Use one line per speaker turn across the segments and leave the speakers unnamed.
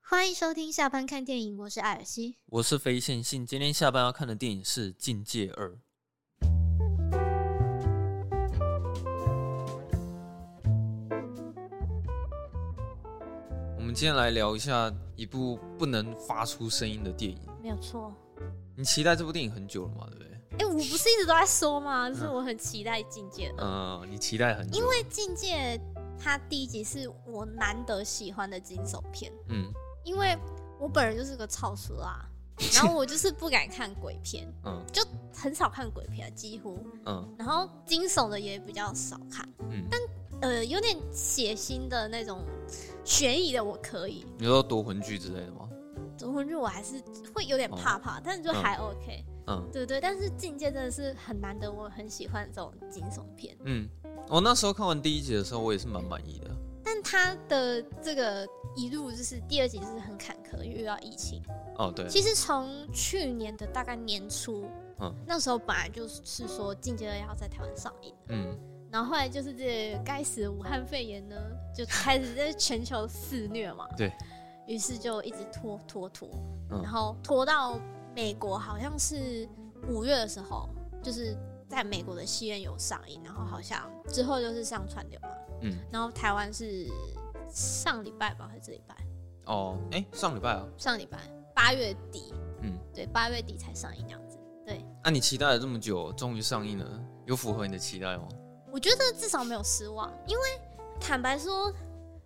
欢迎收听下班看电影，我是艾尔西。
我是非线性，今天下班要看的电影是《境界二》。我们今天来聊一下一部不能发出声音的电影。
没有错。
你期待这部电影很久了嘛？对不对？
哎、我不是一直都在说吗？就是我很期待《境界》的，
嗯、你期待很久。
因为《境界》它第一集是我难得喜欢的惊悚片，
嗯
因为我本人就是个超俗 啦，然后我就是不敢看鬼片，
嗯
就很少看鬼片，啊几乎，
嗯
然后惊悚的也比较少看，
嗯，
呃，有点血腥的那种悬疑的我可以，
你说夺魂剧之类的吗？
走魂剧我还是会有点怕怕，但是就还 OK。
嗯
对对，但是《境界》真的是很难得，我很喜欢这种惊悚片。
嗯，我那时候看完第一集的时候，我也是蛮满意的。
但它的这个一路就是第二集就是很坎坷，因为遇到疫情。
哦，对，
其实从去年的大概年初，
嗯
那时候本来就是说《境界》要在台湾上映，
嗯
然后后来就是这该死的武汉肺炎呢，就开始在全球肆虐嘛。
对。
于是就一直拖拖拖，
嗯
然后拖到美国好像是五月的时候，就是在美国的戏院有上映，然后好像之后就是上串流嘛。
嗯，
然后台湾是上礼拜吧，还是这礼拜？
哦，哎、上礼拜啊，
上礼拜八月底，
嗯，
对，八月底才上映这样子。对，
那、你期待了这么久，终于上映了，有符合你的期待吗？
我觉得至少没有失望，因为坦白说，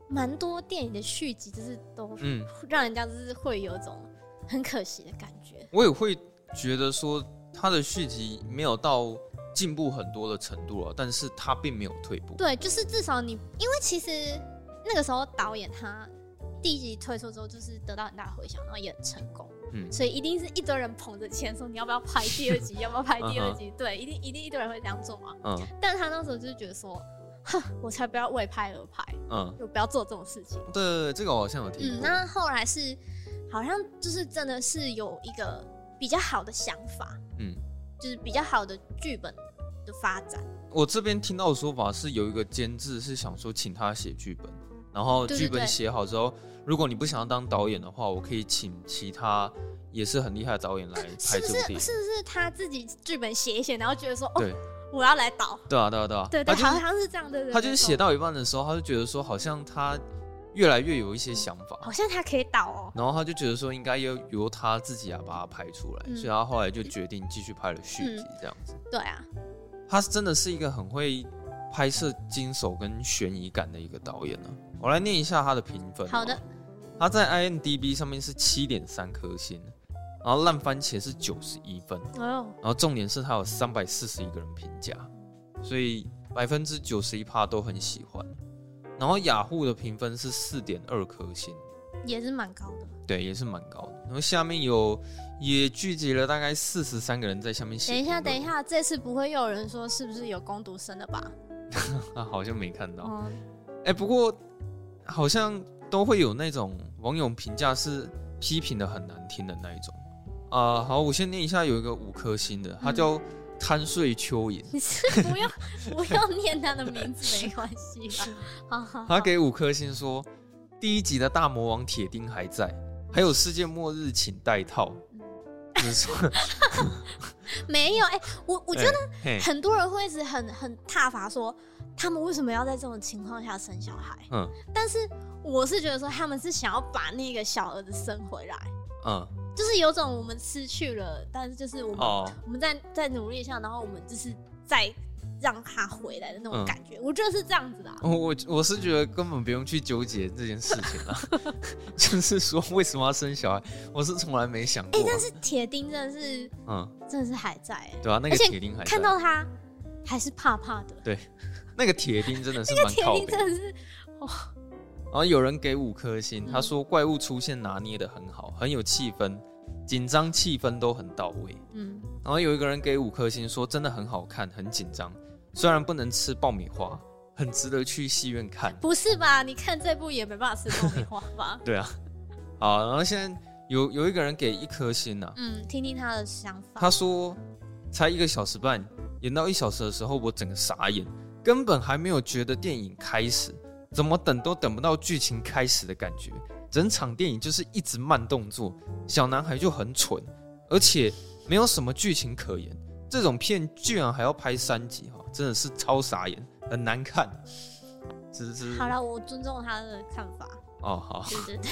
蛮多电影的续集就是都
嗯，
让人家就是会有一种很可惜的感觉。
我也会觉得说它的续集没有到进步很多的程度了，但是它并没有退步。
对，就是至少你，因为其实那个时候导演他第一集推出之后，就是得到很大的回响，然后也很成功，
嗯
所以一定是一堆人捧着钱说你要不要拍第二集，要不要拍第二集，对，一定一定一堆人会这样做嘛。
嗯
但他那时候就是觉得说，哼，我才不要为拍而拍，
嗯，
我不要做这种事情。
对对对，这个我好像有听
嗯，
过。
那后来是好像就是真的是有一个比较好的想法，
嗯
就是比较好的剧本的发展。
我这边听到的说法是有一个监制是想说请他写剧本，然后
对对
剧本
对
写好之后，如果你不想要当导演的话，我可以请其他也是很厉害的导演来拍
是不
这
是
部电影。
是不是他自己剧本写一写，然后觉得说哦
对，
我要来导，
对啊对啊对啊，
对
他
对，
就是
好像是这样的人，
他就是写
到
到一半的时候，他就觉得说好像他越来越有一些想法，
好像他可以导哦，
然后他就觉得说应该要由他自己啊把它拍出来，
嗯
所以他后来就决定继续拍了续集
嗯
这样子。
对啊，
他真的是一个很会拍摄惊悚跟悬疑感的一个导演呢、啊我来念一下他的评分。哦
好的，
他在 IMDB 上面是七点三颗星，然后烂番茄是九十一分，
哦，
然后重点是他有三百四十一个人评价，所以百分之九十一趴都很喜欢。然后雅虎的评分是四点二颗星，
也是蛮高的，
对，也是蛮高的。然后下面有也聚集了大概四十三个人在下面写。
等一下，等一
下，
下，这次不会又有人说是不是有攻读生了吧？
啊，好像没看到。哎、
嗯，
不过好像都会有那种网友评价是批评的很难听的那一种。啊、好，我先念一下，有一个五颗星的，它
嗯
叫贪睡蚯蚓。
你是不要 不要念他的名字没关系 吧？好好，
他
好
给五颗星说，第一集的大魔王铁钉还在，还有世界末日请带套。就是说，
没有，哎，嗯 我我觉得
嘿，
很多人会一直很很挞伐说，他们为什么要在这种情况下生小孩？
嗯
但是我是觉得说，他们是想要把那个小儿子生回来，
嗯，
就是有种我们失去了，但是就是我们、
哦，
我们再再努力一下，然后我们就是再让他回来的那种
嗯哦
感觉。我觉得是这样子的啊、
我我是觉得根本不用去纠结这件事情了， 就是说为什么要生小孩，我是从来没想过。
哎但是铁钉真的是
嗯，
真的是还在、欸，
对啊，那个
而且
铁钉还在
看，到他还是怕怕的。
那个铁钉真的是蛮
铁
靠
钉
北的。
真的是
然后有人给五颗星，
嗯
他说怪物出现拿捏的很好，很有气氛，紧张气氛都很到位。
嗯，
然后有一个人给五颗星，说真的很好看，很紧张。虽然不能吃爆米花，很值得去戏院看。？
不是吧？你看这部也没办法吃爆米花吧
对啊，好，然后现在有有一个人给一颗星呐、啊，
嗯，听听他的想法。
他说才一个小时半，演到一小时的时候，我整个傻眼，根本还没有觉得电影开始，怎么等都等不到剧情开始的感觉，整场电影就是一直慢动作，小男孩就很蠢，而且没有什么剧情可言。这种片居然还要拍三集哈，真的是超傻眼，很难看。只是
好了，我尊重他的看 法，
哦好
对对对，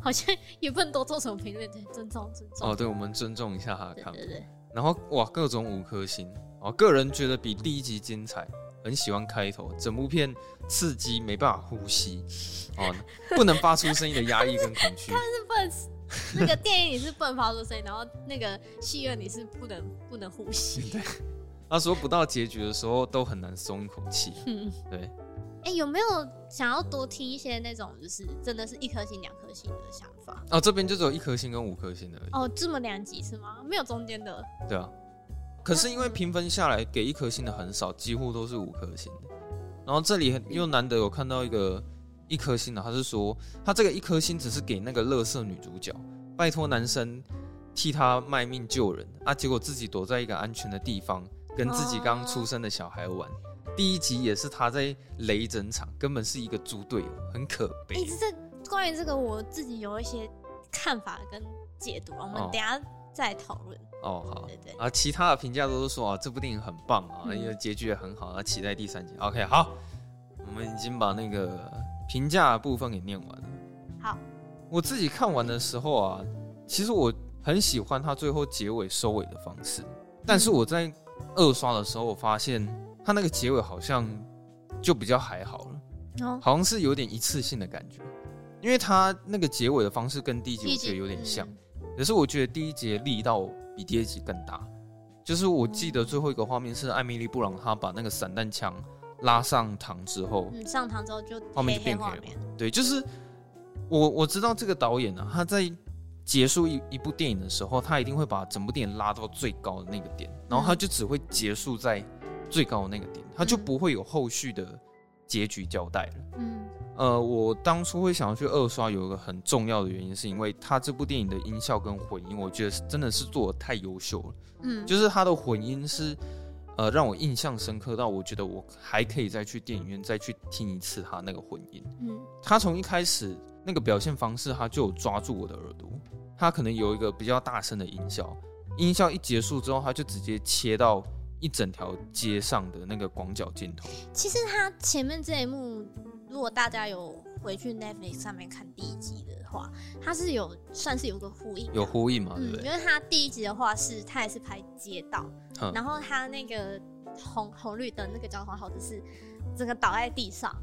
好像也不能多做什么评论，对，尊重尊重。
哦，对，我们尊重一下他的
对
看法。
对对，
然后哇，各种五颗星哦，个人觉得比第一集精彩，很喜欢开头，整部片刺激没办法呼吸哦，不能发出声音的压抑跟恐惧。
是不能那个电影你是不能发出声音，然后那个戏院你是不能不能呼 吸。
他说不到结局的时候都很难松一口气。
嗯，
对，
哎、有没有想要多听一些那种就是真的是一颗星、两颗星的想法？
哦，这边就只有一颗星跟五颗星而已。
哦，这么两集是吗？没有中间的
对啊，可是因为评分下来给一颗星的很少，几乎都是五颗星的。然后这里很又难得有看到一个一颗星的，他是说他这个一颗星只是给那个乐色女主角，拜托男生替她卖命救人啊，结果自己躲在一个安全的地方，跟自己刚出生的小孩玩。第一集也是他在雷整场，根本是一个猪队友，很可悲
哎、。这关于这个我自己有一些看法跟解读，我们
哦
等一下再来讨论。
哦，好
对对
啊，其他的评价都是说啊，这部电影很棒啊，
嗯
因为结局也很好，啊，期待第三集。OK，好，我们已经把那个评价的部分给念完了。
好，
我自己看完的时候啊，其实我很喜欢它最后结尾收尾的方式，
嗯
但是我在二刷的时候，我发现它那个结尾好像就比较还好了，
哦，
好像是有点一次性的感觉，因为它那个结尾的方式跟第一集我
一
觉得
集
有点像。
嗯
可是我觉得第一集的力道比第二集更大，就是我记得最后一个画面是艾米丽布朗她把那个散弹枪拉上膛之后，
嗯，上堂之后就
画
黑
面就变
黑
黑
画
了
面，
对，就是我我知道这个导演啊，他在结束一一部电影的时候，他一定会把整部电影拉到最高的那个点，然后他就只会结束在最高的那个点，他就
嗯
不会有后续的结局交代了。
嗯
呃，我当初会想要去二刷，有一个很重要的原因，是因为它这部电影的音效跟混音，我觉得是真的是做的太优秀了。
嗯，
就是它的混音是，呃，让我印象深刻到，我觉得我还可以再去电影院再去听一次它那个混音。
嗯
它从一开始那个表现方式，它就有抓住我的耳朵。它可能有一个比较大声的音效，音效一结束之后，它就直接切到一整条街上的那个广角镜头。
其实他前面这一幕，如果大家有回去 Netflix 上面看第一集的话，它是有算是有个呼应的，
有呼应嘛，哦对
嗯
不，对？
因为它第一集的话是它也是拍街道，
嗯
然后它那个红红绿灯那个交通号就是整个倒在地上，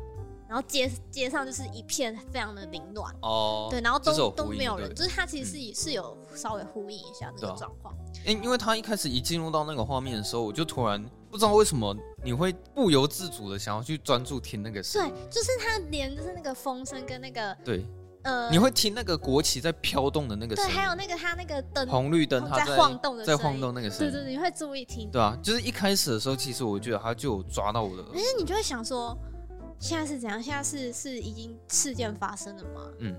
然后街街上就是一片非常的凌乱，
哦，
对，然后
这是有
都
呼
都
应
没有
对
人，
不
就是它其实是也是有稍微呼应一下这
对
个
啊
状况，
因因为他一开始一进入到那个画面的时候，我就突然不知道为什么你会不由自主的想要去专注听那个声
对
音，，
就是它连就是那个风声跟那个
对，
呃
你。会听那个国旗在飘动的那个
对，
声
还有
音，
那个它那个灯
红绿灯它
在晃动的
在
声
晃
音
动那个声
对
音，
对，对你会注意听。
嗯对啊，就是一开始的时候，其实我觉得他就有抓到我的耳
可，是哎你就会想说，现在是怎样？现在是是已经事件发生了吗？
嗯，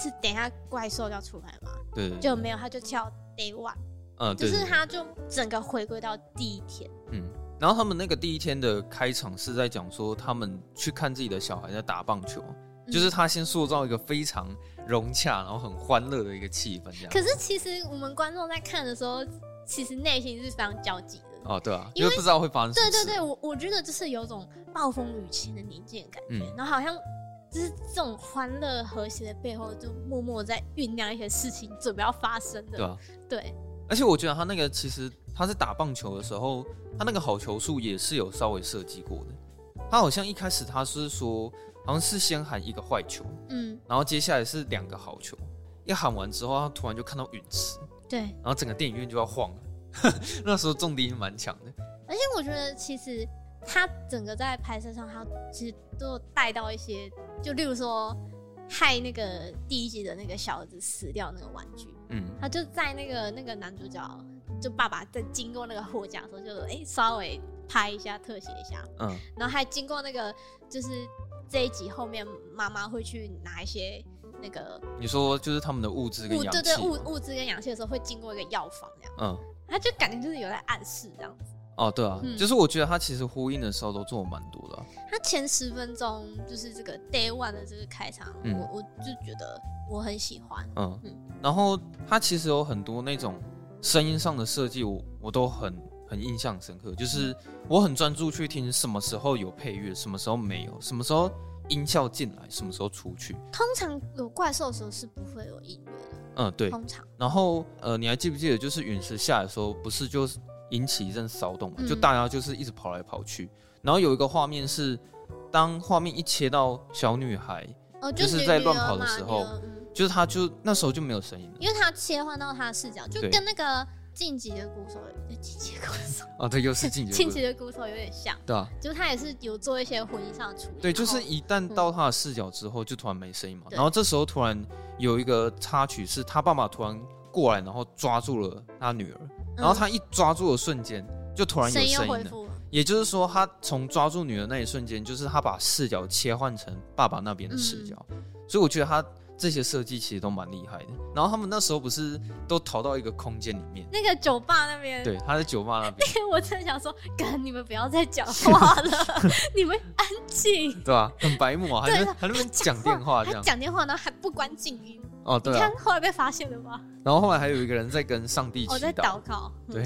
是等一下怪兽要出来吗？
对，对
就没有，他就跳 day one，
嗯，
就
对
是
对对
他就整个回归到第一天。
嗯。然后他们那个第一天的开场是在讲说，他们去看自己的小孩在打棒球，
嗯
就是他先塑造一个非常融洽，然后很欢乐的一个气氛，这样。
可是其实我们观众在看的时候，其实内心是非常焦急的。
哦，对啊，
因
因为不知道会发生什
对
么事。
对对，我我觉得就是有种暴风雨前的宁静的感觉，
嗯
然后好像就是这种欢乐和谐的背后，就默默在酝酿一些事情准备要发生的。
对啊，
对
而且我觉得他那个其实他在打棒球的时候，他那个好球数也是有稍微设计过的。他好像一开始他是说，好像是先喊一个坏球，
嗯，
然后接下来是两个好球。一喊完之后，他突然就看到陨石，
对。
然后整个电影院就要晃了。 那时候重低音蛮强的，
而且我觉得其实他整个在拍摄上，他其实都有带到一些，就例如说害那个第一集的那个小儿子死掉那个玩具，
嗯，
他就在那个那个男主角就爸爸在经过那个货架的时候，就哎、诶稍微拍一下特写一下，
嗯，
然后还经过那个就是这一集后面妈妈会去拿一些。那个
你说就是他们的物质跟
物
氧
对
气
对，物物资跟氧气的时候，会经过一个药房这样，
嗯，
他就感觉就是有在暗示这样子。
哦，对啊，
嗯
就是我觉得他其实呼应的时候都做蛮多的啊、
他前十分钟就是这个 Day One 的这个开场，
嗯
我我就觉得我很喜欢。
嗯，
嗯
然后它其实有很多那种声音上的设计我，我都很很印象深刻，就是我很专注去听什么时候有配乐，什么时候没有，什么时候音效进来，什么时候出去。
通常有怪兽的时候是不会有音乐的，
嗯，对。
通常
然后呃，你还记不记得，就是陨石下来的时候，不是就是引起一阵骚动嘛？
嗯
就大家就是一直跑来跑去。然后有一个画面是，当画面一切到小女孩，
哦，
就是
女
在
女
乱
儿
跑的
嘛
时
女
候
儿嗯
就是她就那时候就没有声音了。
因为他切换到他的视角，就
对
跟那个晋级的鼓手、呃晋级的鼓手、
哦，对，又是静
晋级
姐，
的鼓手有点像，
对啊。
就是他也是有做一些婚姻上的处理。
对，
然
就
后嗯
是一旦到他的视角之后，就突然没声音嘛。
对
然后这时候突然有一个插曲，是他爸爸突然过来，然后抓住了他女儿，然后
嗯
他一抓住的瞬间，就突然有
声
声
音又
音
恢
了。
复了，
也就是说，他从抓住女儿那一瞬间，就是他把视角切换成爸爸那边的
嗯
视角，所以我觉得他这些设计其实都蛮厉害的。然后他们那时候不是都逃到一个空间里 面，
那个酒吧那边，
对，他在酒吧那边，
我真的想说，干你们不要再 讲话了， 你们安静。
对吧、很白目啊，还在
对
还在那边讲电话啊这
还
样。
讲电话呢，还不关静音，
哦，对啊
看。后来被发现了吧？
然后后来还有一个人在跟上帝祈
我、哦在
祷
祷。告，嗯
对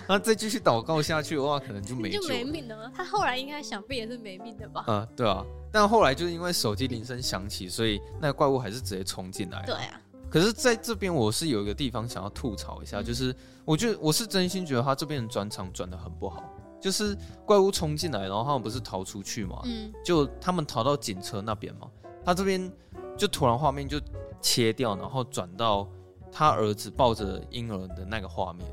那再继续祷告下去的话，可能就没
就
救
没
了。
命了。他后来应该想必也是没命的吧？
嗯，对啊。但后来就是因为手机铃声响起，所以那个怪物还是直接冲进来。
对。啊，
可是在这边，我是有一个地方想要吐槽一下，
嗯
就是我觉得我是真心觉得他这边的转场转的很不好。就是怪物冲进来，然后他们不是逃出去嘛？
嗯，
就他们逃到警车那边嘛，他这边就突然画面就切掉，然后转到他儿子抱着婴儿的那个画面，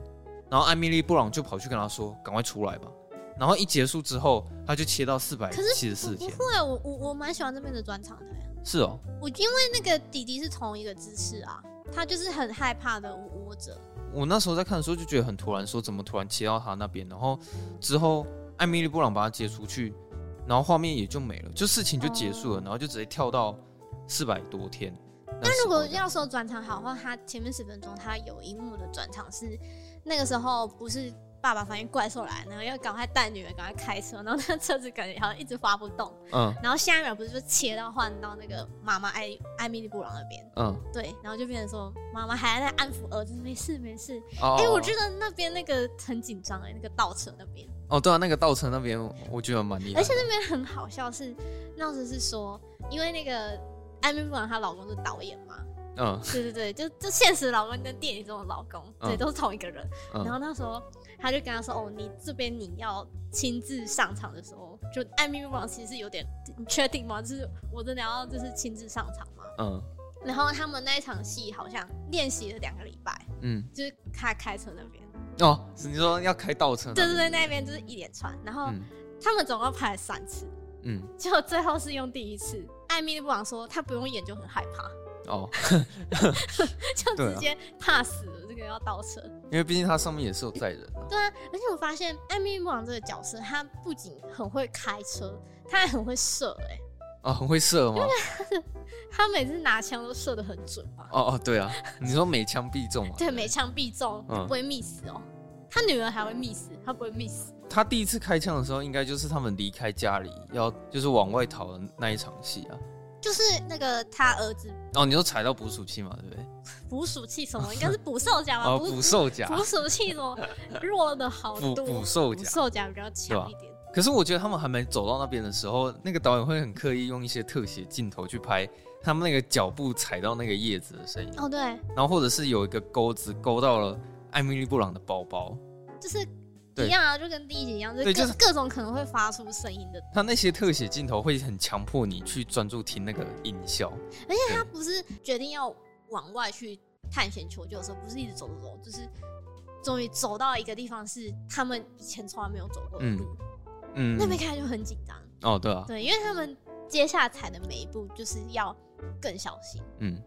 然后艾米丽布朗就跑去跟他说：“赶快出来吧。”然后一结束之后，他就切到四百
可我
七十四
不
天，
会，我我我蛮喜欢这边的专场的。
是哦，
我因为那个弟弟是同一个姿势啊，他就是很害怕的捂窝着。
我那时候在看的时候就觉得很突然，说怎么突然切到他那边，然后之后艾米丽布朗把他接出去，然后画面也就没了，就事情就结束了，
哦
然后就直接跳到四百多天。
那
那
如果
时候
要说转场好的话，他前面十分钟他有一幕的转场是那个时候不是爸爸发现怪兽来，然后要赶快带女儿赶快开车，然后那车子感觉好像一直发不动，
嗯
然后下一秒不是就切到换到那个妈妈艾艾米丽布朗那边，
嗯
对，然后就变成说妈妈还在安抚儿子，没事没事。
哦，
哎、我
哦
觉得那边那个很紧张哎，那个倒车那边，
哦，对啊，那个稻城那边我觉得蛮厉害的，
而且那边很好笑是，那时是说，因为那个艾米布朗她老公是导演嘛，
嗯
对对对，就就现实老公跟电影中的老公，对，
嗯
都是同一个人。
嗯
然后那时候他就跟他说：“哦，你这边你要亲自上场的时候，就艾米布朗其实有点，你确定吗？就是我真的要就是亲自上场吗
嗯？”
然后他们那一场戏好像练习了两个礼拜，
嗯
就是他开车那边，
哦，是你说要开稻城，
对对对，那边就是一连串。然后
嗯
他们总共拍了三次，
嗯
结果最后是用第一次。艾米布朗说他不用演就很害怕，
哦，
就
对啊
直接怕死了，这个要倒车。
因为毕竟它上面也是有载人啊，
对啊，而且我发现艾米布朗这个角色，他不仅很会开车，他还很会射、欸，
哦，很会射吗？
他每次拿枪都射得很准嘛，
哦哦，对啊，你说每枪必中嘛？啊
对，每枪必中，
嗯
不会 miss 哦。他女儿还会 miss，他不会 miss。
他第一次开枪的时候，应该就是他们离开家里要就是往外逃的那一场戏啊。
就是那个他儿子
哦，你说踩到捕鼠器嘛，对不对？
捕鼠器什么，应该是捕兽夹吧？
哦，
啊捕
捕兽夹，
捕鼠器什么弱的好
捕
多，
捕兽
捕
夹。
兽夹比较强一点。
可是我觉得他们还没走到那边的时候，那个导演会很刻意用一些特写镜头去拍他们那个脚步踩到那个叶子的声音，
哦，对，
然后或者是有一个钩子勾到了艾米丽布朗的包包，
就是
对
一样啊，就跟第一集一样，就各、
对就是
各种可能会发出声音的。
他那些特写镜头会很强迫你去专注听那个音效。
而且他
对
不是决定要往外去探险求救的时候，不是一直走走走，就是终于走到一个地方是他们以前从来没有走过的路，
嗯
那，边看起来就很紧张。
哦，对啊，
对，因为他们接下来踩的每一步就是要更小心。
嗯。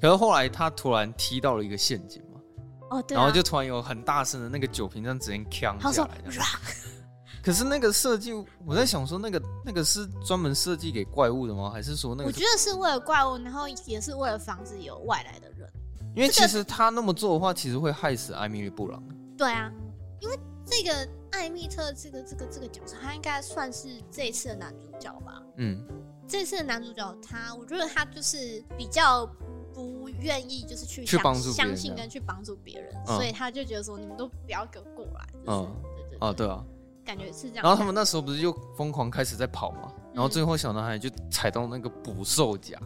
可是后来他突然踢到了一个陷阱嘛，
哦，对、啊，
然后就突然有很大声的那个酒瓶这样直接呛
他
下
说
来这样。
唰
可是那个设计，我在想说，那个那个是专门设计给怪物的吗？还是说那
我
个
觉得是为了怪物，然后也是为了防止有外来的人。
因为
这
其
个
实他那么做的话，其实会害死艾米丽布朗。
对啊，因为这个艾米特这个这个这个角色，他应该算是这一次的男主角吧？
嗯，
这次的男主角他，我觉得他就是比较不愿意就是去
去
相
帮助别人
相信
这样
跟去帮助别人，
嗯
所以他就觉得说你们都不要给我过来，就是、
嗯
对对
啊，对啊。
感觉是这样。
然后他们那时候不是又疯狂开始在跑
嗯
嘛，然后最后小男孩就踩到那个捕兽夹，，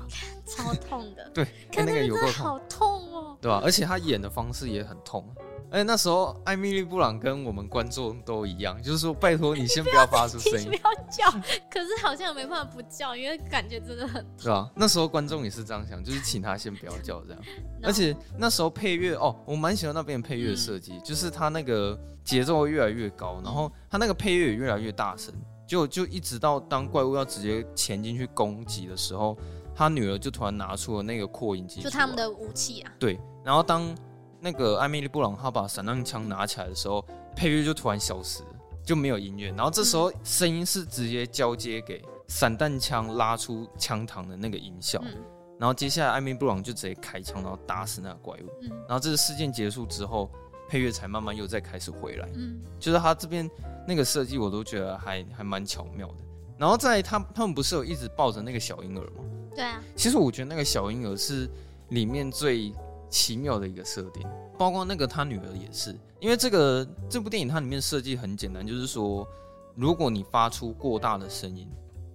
超痛的
对，哎
看
那
那
个
个
有
真
够
的
痛，
好痛哦。
对吧、而且他演的方式也很痛。而且那时候艾米丽布朗跟我们观众都一样，就是说拜托你先不要发 出
你
声音
不，要叫，可是好像也没办法不叫，因为感觉真的很
对吧、那时候观众也是这样想，就是请他先不要叫这样。
恼。
而且那时候配乐哦，我蛮喜欢那边的配乐设计，就是它那个节奏越来越高，然后它那个配乐也越来越大声，就就一直到当怪物要直接潜进去攻击的时候，他女儿就突然拿出了那个扩音机
就
出来，
他们的武器啊，
对，然后当那个艾米丽布朗她把散弹枪拿起来的时候，配乐就突然消失了，就没有音乐，然后这时候
嗯
声音是直接交接给散弹枪拉出枪膛的那个音效，
嗯
然后接下来艾米丽布朗就直接开枪，然后打死那个怪物。
嗯
然后这个事件结束之后，配乐才慢慢又再开始回来。
嗯，
就是他这边那个设计，我都觉得还还蛮巧妙的。然后在他他们不是有一直抱着那个小婴儿吗？
对啊，
其实我觉得那个小婴儿是里面最奇妙的一个设定，包括那个他女儿也是，因为这个这部电影它里面设计很简单，就是说如果你发出过大的声音，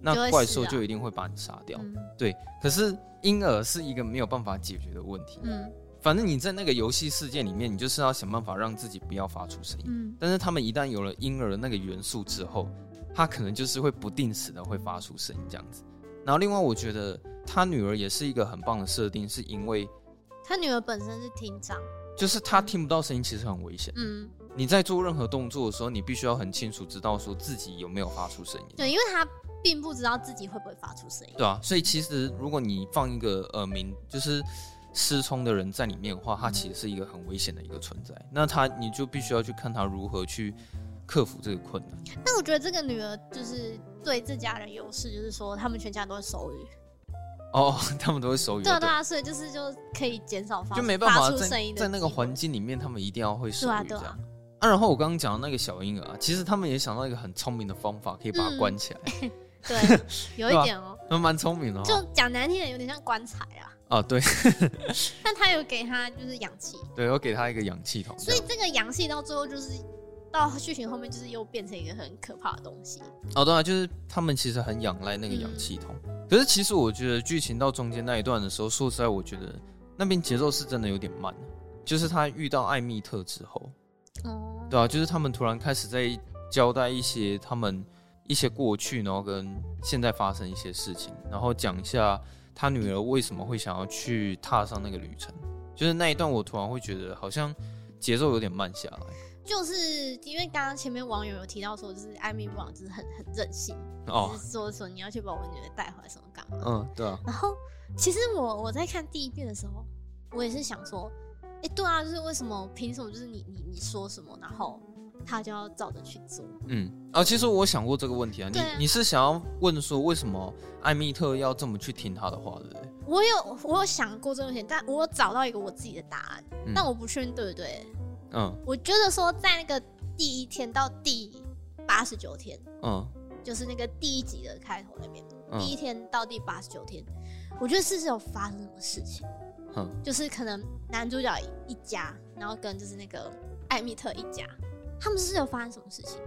就会
那
死
怪兽
啊
就一定会把你杀掉。
嗯
可是婴儿是一个没有办法解决的问题，
嗯
反正你在那个游戏世界里面，你就是要想办法让自己不要发出声音。
嗯，
但是他们一旦有了婴儿的那个元素之后，他可能就是会不定时的会发出声音这样子。然后另外，我觉得他女儿也是一个很棒的设定，是因为
他女儿本身是厅长，
就是他听不到声音其实很危险。
嗯，
你在做任何动作的时候，你必须要很清楚知道说自己有没有发出声音。
对，因为他并不知道自己会不会发出声音，
对啊，所以其实如果你放一个耳鸣，就是失聪的人在里面的话，它其实是一个很危险的一个存在。那他你就必须要去看他如何去克服这个困难。
但我觉得这个女儿就是对这家人有势，就是说他们全家都会手语，
哦，他们都会手语，
对啊对啊，所以就是就可以减少发
就没办法
发出声
在
音的
在那个
机会
环境里面，他们一定要会手
对啊
语这
对啊
样。啊然后我刚刚讲的那个小婴儿啊，其实他们也想到一个很聪明的方法，可以把它
嗯
关起来，
对，有一
对啊
点哦、
那蛮聪明的、哦。
就讲难听点，有点像棺材啊，
啊，对
但他有给他就是氧气，
对，我给他一个氧气筒这
所
样，
以这个阳气到最后就是到剧情后面就是又变成一个很可怕的东西。
哦，对啊，就是他们其实很仰赖那个
嗯
氧气筒。可是其实我觉得剧情到中间那一段的时候，说实在，我觉得那边节奏是真的有点慢。就是他遇到艾米特之后，
哦，
对啊，就是他们突然开始在交代一些他们一些过去，然后跟现在发生一些事情，然后讲一下他女儿为什么会想要去踏上那个旅程。就是那一段，我突然会觉得好像节奏有点慢下来
就是因为刚刚前面网友有提到说，就是艾米布朗就是很很任性，就
哦，
是说说你要去把我女儿带回来什么干嘛。
嗯，对啊，
然后其实我我在看第一遍的时候，我也是想说，哎、对啊，就是为什么凭什么就是你你你说什么，然后他就要照着去做？
嗯，啊，其实我想过这个问题啊，你
对啊
你是想要问说为什么艾米特要这么去听他的话，对不对？
我有我有想过这个问题，但我有找到一个我自己的答案，
嗯
但我不确定对不对。
嗯
我觉得说，在那个第一天到第八十九天，
嗯
就是那个第一集的开头那边，第一
嗯
天到第八十九天，我觉得是是有发生什么事情，
嗯，
就是可能男主角一家，然后跟就是那个艾米特一家，他们是有发生什么事情？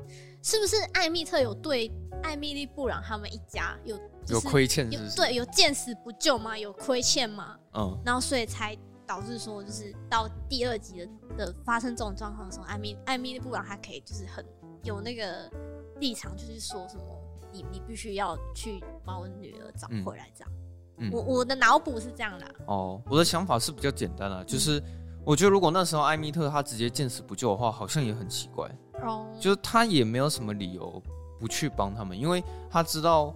是不是艾米特有对艾米丽布朗他们一家有、就
有
是、
亏欠
有
是不是？
对有见死不救吗？有亏欠吗？
嗯
然后所以才导致说，就是到第二集的的发生这种状况的时候，艾米艾米丽布朗她可以就是很有那个立场，就是说什么你你必须要去把我女儿找回来这样。
嗯
我我的脑补是这样的啊、
哦，我的想法是比较简单啊，就是我觉得如果那时候艾米特他直接见死不救的话，好像也很奇怪，
哦，
就是他也没有什么理由不去帮他们，因为他知道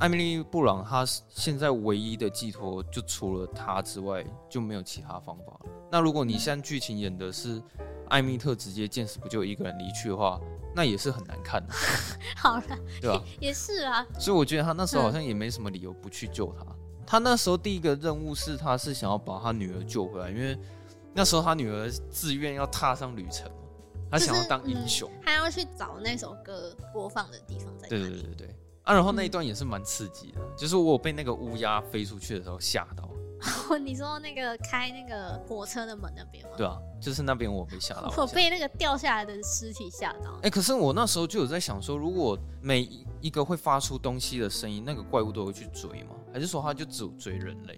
艾米丽布朗他现在唯一的寄托就除了他之外就没有其他方法了。那如果你现在剧情演的是艾米特直接见死不救一个人离去的话，那也是很难看的，
好了，
对吧、
也是啊，
所以我觉得他那时候好像也没什么理由不去救他。他那时候第一个任务是，他是想要把他女儿救回来，因为那时候他女儿自愿要踏上旅程嘛。他想要
就是
当英
嗯
雄。
他要去找那首歌播放的地方在哪
对对
里
对。对对。啊，然后那一段也是蛮刺激的，就是我有被那个乌鸦飞出去的时候吓到，
哦，你说那个开那个火车的门那边吗？
对啊，就是那边我被吓到。
我
一下
被那个掉下来的尸体吓到
哎、。可是我那时候就有在想说，如果每一一个会发出东西的声音，那个怪物都会去追吗？还是说它就只有追人类？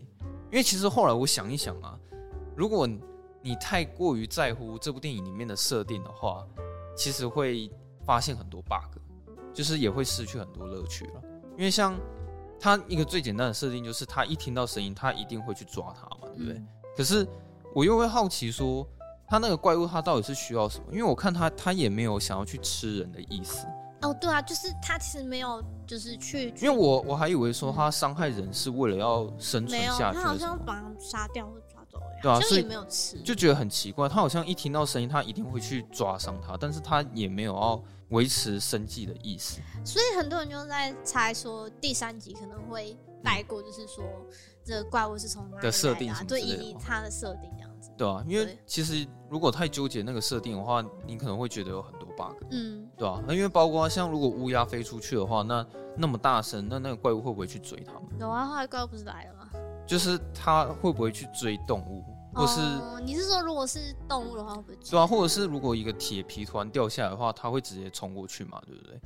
因为其实后来我想一想啊，如果你太过于在乎这部电影里面的设定的话，其实会发现很多 bug，就是也会失去很多乐趣了。因为像它一个最简单的设定就是，它一听到声音，它一定会去抓它嘛，对不对？
嗯
可是我又会好奇说，他那个怪物他到底是需要什么？因为我看他他也没有想要去吃人的意思，
哦，对啊，就是他其实没有，就是去
因为我我还以为说他伤害人是为了要生存
没有，
下
他
去
好
的什
像
么，
把他杀掉或抓走了，
对啊
好像
所以
也没有吃。
就觉得很奇怪。他好像一听到声音，他一定会去抓伤他，但是他也没有要维持生计的意思。
所以很多人就在猜说，第三集可能会带过，就是说这个怪物是从哪里
的设定
来
什
啊
么
对，
之类的
以
吗
它的设定这样子。
对啊，因为
对
其实如果太纠结那个设定的话，你可能会觉得有很多 bug，
嗯，
对啊，那因为包括像如果乌鸦飞出去的话，那那么大声，那那个怪物会不会去追他们？
有啊，后来怪物不是来了吗？
就是他会不会去追动物，或是、
哦、你是说如果是动物的话会不会吃？
对啊，或者是如果一个铁皮突然掉下来的话，他会直接冲过去嘛，对不对？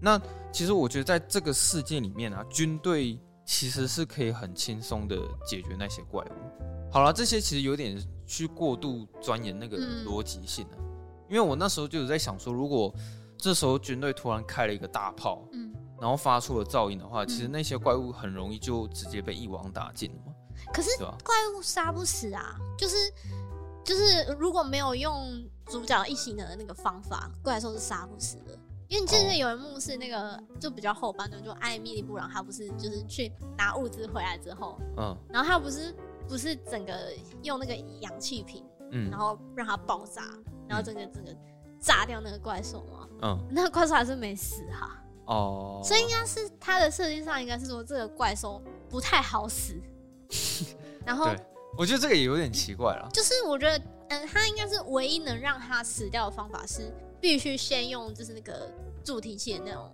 那其实我觉得在这个世界里面啊，军队其实是可以很轻松的解决那些怪物。好了，这些其实有点去过度钻研那个
嗯
逻辑性了、因为我那时候就有在想说，如果这时候军队突然开了一个大炮，
嗯，
然后发出了噪音的话，
嗯
其实那些怪物很容易就直接被一网打尽了嘛，
可是
对吧、
怪物杀不死啊，就是就是如果没有用主角一行人的那个方法，怪兽是杀不死的。因为你记
哦
得有一幕是那个就比较后半段，就艾米丽布朗她不是就是去拿物资回来之后，
嗯
然后她不是不是整个用那个氧气瓶，
嗯
然后让它爆炸，然后整个整个炸掉那个怪兽吗？
嗯
那个怪兽还是没死啊哈、
哦，
所以应该是它的设定上应该是说这个怪兽不太好 死，然后
对我觉得这个也有点奇怪了。
就是我觉得，嗯，他应该是唯一能让他死掉的方法是必须先用就是那个助听器的那种，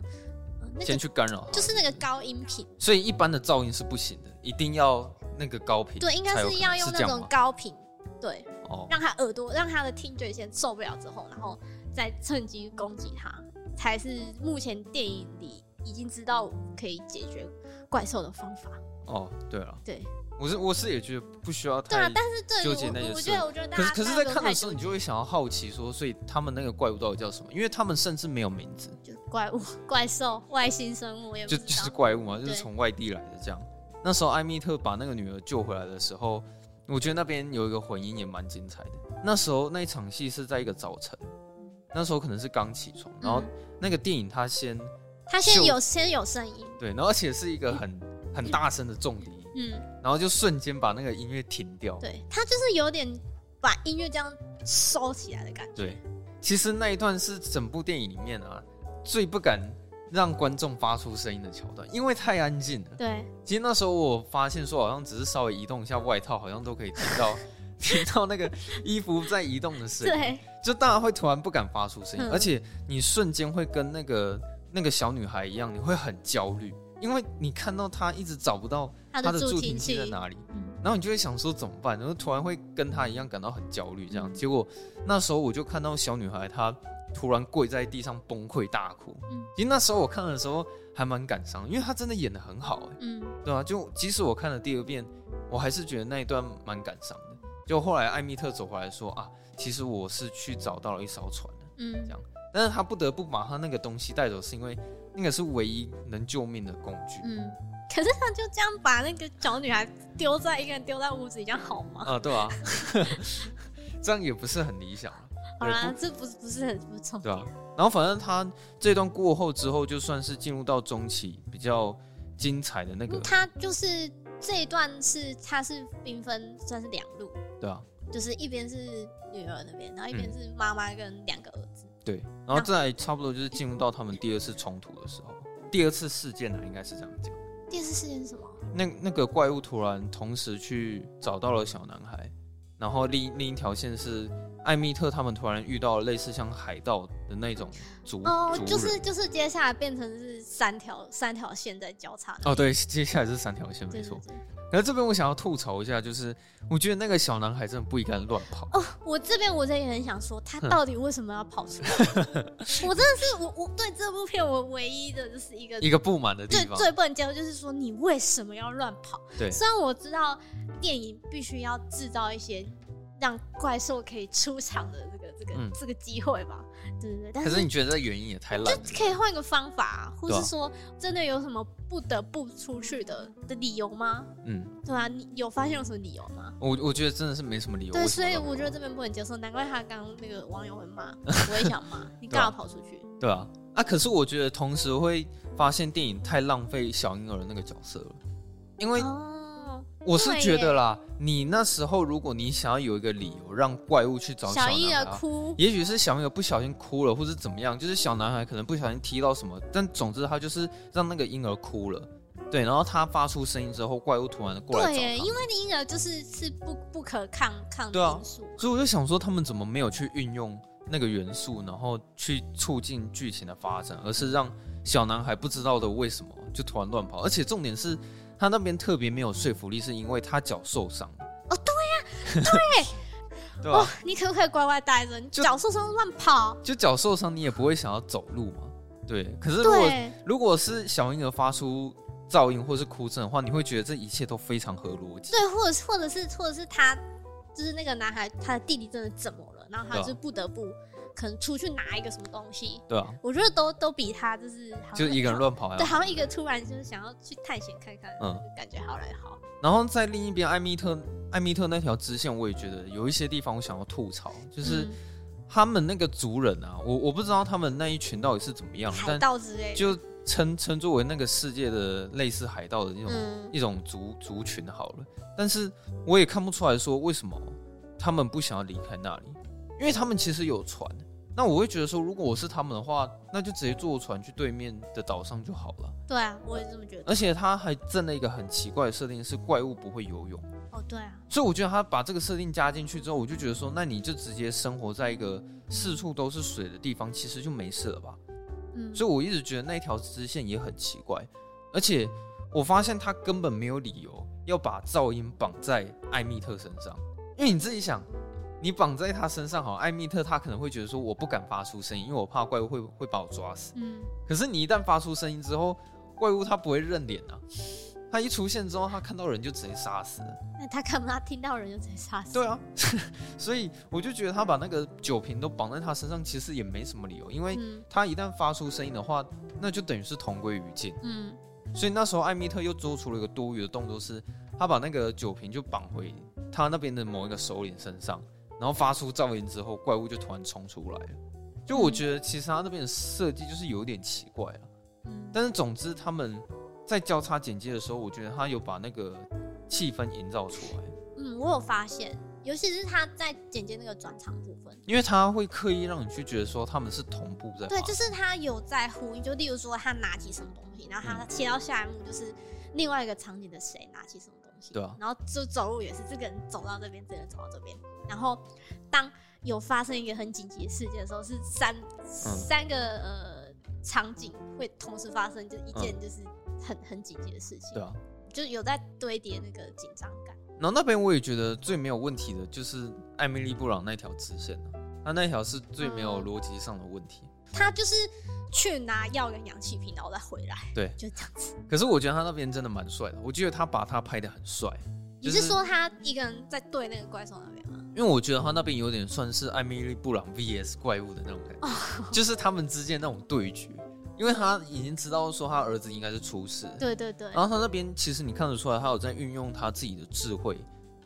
呃、那
先
个
去干扰它，
就是那个高音频，
所以一般的噪音是不行的，一定要那个高频才
对，
有
应
可能。
该是要用那
这样
种
吗
高频，对，
哦
让他耳朵让他的听觉先受不了之后，然后再趁机攻击他，才是目前电影里已经知道可以解决怪兽的方法。
哦，对了，
对
我是我是也觉得不需要
对
太
啊，。但是对于
纠结那
我
些
我
事
觉得我觉得大
可
家
是可是，
大
在
家
看
不要
的时候，
太
你就会想要好奇说，所以他们那个怪物到底叫什么？因为他们甚至没有名字，
就怪物、怪兽、外星生物，我也不
就
知
就
道
是怪物嘛，就是
对
从外地来的这样。那时候艾米特把那个女儿救回来的时候，我觉得那边有一个混音也蛮精彩的。那时候那一场戏是在一个早晨，那时候可能是刚起床，然后
嗯
那个电影它先
他先
秀
有先有声音，
对，然后而且是一个很很大声的重 低音，
嗯，
然后就瞬间把那个音乐停掉。
对，他就是有点把音乐这样收起来的感觉。
对，其实那一段是整部电影里面啊最不敢让观众发出声音的桥段，因为太安静了。
对
其实那时候我发现说，好像只是稍微移动一下外套，好像都可以听 到听到那个衣服在移动的声音，
对
就大家会突然不敢发出声音，
嗯
而且你瞬间会跟那个那个小女孩一样，你会很焦虑，因为你看到她一直找不到
他
他
的
的
助
助
听
听器
器
在哪里
嗯？
然后你就会想说怎么办？然后突然会跟他一样感到很焦虑，这
嗯
样。结果那时候我就看到小女孩她突然跪在地上崩溃大哭
嗯。
其实那时候我看的时候还蛮感伤，因为她真的演的很好、欸，
嗯，
对啊，就即使我看了第二遍，我还是觉得那一段蛮感伤的。就后来艾米特走回来说啊，其实我是去找到了一艘船的，
嗯
这样但是他不得不把他那个东西带走，是因为那个是唯一能救命的工具。
嗯。可是他就这样把那个小女孩丢在一个人丢在屋子里，这样好吗？
啊， 对啊，这样也不是很理想啊，
好啦
对，
这不是不是很不重
对
点。
啊。然后反正他这段过后之后，就算是进入到中期比较精彩的那个
嗯，他就是这一段是他是缤纷算是两路，
对啊，
就是一边是女儿那边，然后一边
嗯
是妈妈跟两个儿子。
对。然后再来差不多就是进入到他们第二次冲突的时候，第二次事件呢、啊应该是这样讲。
电视事件是什么？
那那个怪物突然同时去找到了小男孩，然后另另一条线是艾米特他们突然遇到类似像海盗的那种族
哦，
族
就是
嗯人
就是接下来变成是三条三条线在交叉那
哦，对，接下来是三条线，
对
没
对
错。
对
然后这边我想要吐槽一下，就是我觉得那个小男孩真的不应该乱跑，
哦，我这边我真的也很想说，他
哼
到底为什么要跑 出来？我真的是我我对这部片我唯一的就是一个
一个不满的地
最
方。
最不能接受就是说你为什么要乱跑？
对
虽然我知道电影必须要制造一些让怪兽可以出场的这个这个、
嗯
这个机会吧，对对对，但
可
是
是你觉得这原因也太烂了，
可以换一个方法、或
对啊
是说真的有什么不得不出去的的理由吗？
嗯。
对啊，你有发现有什么理由吗？
我我觉得真的是没什么理由。
对，
为什
所
么
以
要跑
我觉得这边不能接受，难怪他刚刚那个网友会 骂，我也想骂，你干嘛跑出去？
对啊，啊，可是我觉得同时会发现电影太浪费小婴儿的那个角色了，因为
哦，
我是觉
对耶
得啦，你那时候如果你想要有一个理由让怪物去找
小
男
婴
孩
儿
啊，
哭，
也许是小婴儿不小心哭了，或者怎么样，就是小男孩可能不小心踢到什么，但总之他就是让那个婴儿哭了。对，然后他发出声音之后，怪物突然过来
对
找
耶，
他
因。为你婴儿就是是不不可抗抗的
对啊
因素嘛，
所以我就想说，他们怎么没有去运用那个元素，然后去促进剧情的发展，而是让小男孩不知道的为什么就突然乱跑？而且重点是他那边特别没有说服力，是因为他脚受伤。
哦，
对呀、对，对
哦
吧？，
你可不可以乖乖待着？你
就
脚受伤乱跑，
就脚受伤，你也不会想要走路嘛？对。可是如果
对，
如果是小婴儿发出噪音或是哭声的话，你会觉得这一切都非常合逻辑。
对，或者是或者是或者是他就是那个男孩，他的弟弟真的怎么了？然后他
对啊
就不得不可能出去拿一个什么东西，
对啊，
我觉得都都比他就是好像
就是一个人乱啊跑还
对，
好。
好像一个突然就是想要去探险看看，
嗯
感觉好来好。
然后在另一边，艾米特艾米特那条支线，我也觉得有一些地方我想要吐槽，就是
嗯
他们那个族人啊，我我不知道他们那一群到底是怎么样，
海
但
盗之类的，
就称称作为那个世界的类似海盗的那种、
嗯，
一种族族群好了。但是我也看不出来说为什么他们不想要离开那里，因为他们其实有船。那我会觉得说，如果我是他们的话，那就直接坐船去对面的岛上就好了。
对啊，我也这么觉得。
而且他还赠了一个很奇怪的设定，是怪物不会游泳。
哦，对啊，
所以我觉得他把这个设定加进去之后，我就觉得说，那你就直接生活在一个四处都是水的地方，其实就没事了吧？
嗯，
所以我一直觉得那条支线也很奇怪，而且我发现他根本没有理由要把噪音绑在艾米特身上，因为你自己想，你绑在他身上好，艾米特他可能会觉得说我不敢发出声音，因为我怕怪物会会把我抓死。
嗯，
可是你一旦发出声音之后，怪物它不会认脸啊，它一出现之后，它看到人就直接杀死了。
那他干嘛听到人就直接杀死？
对啊， 所以我就觉得他把那个酒瓶都绑在他身上，其实也没什么理由，因为
嗯
他一旦发出声音的话，那就等于是同归于尽。
嗯，
所以那时候艾米特又做出了一个多余的动作是，他把那个酒瓶就绑回他那边的某一个首领身上，然后发出噪音之后，怪物就突然冲出来了。就我觉得其实他那边的设计就是有点奇怪了，
嗯
但是总之他们在交叉剪接的时候，我觉得他有把那个气氛营造出来。
嗯，我有发现，尤其是他在剪接那个转场部分，
因为他会刻意让你去觉得说他们是同步在发
对，就是他有在呼应，就例如说他拿起什么东西，然后
嗯
他切到下一幕就是另外一个场景的谁拿起什么东西，
对啊
然后就走路也是这个人走到这边，这个人走到这边，然后当有发生一个很紧急的事件的时候，是三、
嗯
三个呃场景会同时发生，就一件就是很、很紧急的事情，
嗯对啊。
就有在堆叠那个紧张感，
然后那边我也觉得最没有问题的就是艾米丽布朗那条支线了、啊，他那条是最
嗯
没有逻辑上的问题。
他就是去拿药跟氧气瓶，然后再回来，
对
就这样子。
可是我觉得他那边真的蛮帅的，我觉得他把他拍的很帅，
你是说他一个人在对那个怪兽那边吗？
因为我觉得他那边有点算是艾米丽布朗 VS 怪物的那种感觉，就是他们之间那种对决，因为他已经知道说他儿子应该是出事，
对对对，
然后他那边其实你看得出来，他有在运用他自己的智慧，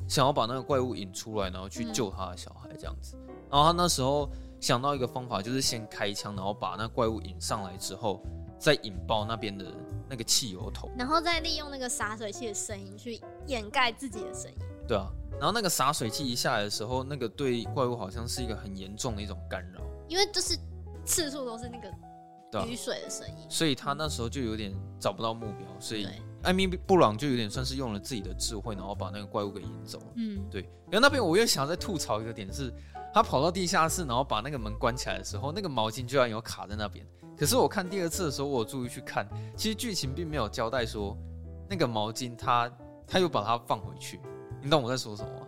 想要把那个怪物引出来，然后去
嗯
救他的小孩这样子。然后他那时候想到一个方法，就是先开枪，然后把那怪物引上来之后，再引爆那边的那个汽油桶，
然后再利用那个洒水器的声音去掩盖自己的声音。
对啊。然后那个洒水器一下来的时候，那个对怪物好像是一个很严重的一种干扰，
因为就是次数都是那个
对啊
雨水的声音，
所以他那时候就有点找不到目标，所以
对
艾米布朗就有点算是用了自己的智慧，然后把那个怪物给引走了。
嗯，
对，然后那边我又想再吐槽一个点是，他跑到地下室，然后把那个门关起来的时候，那个毛巾居然有卡在那边。可是我看第二次的时候，我有注意去看，其实剧情并没有交代说那个毛巾他他又把它放回去，你懂我在说什么吗？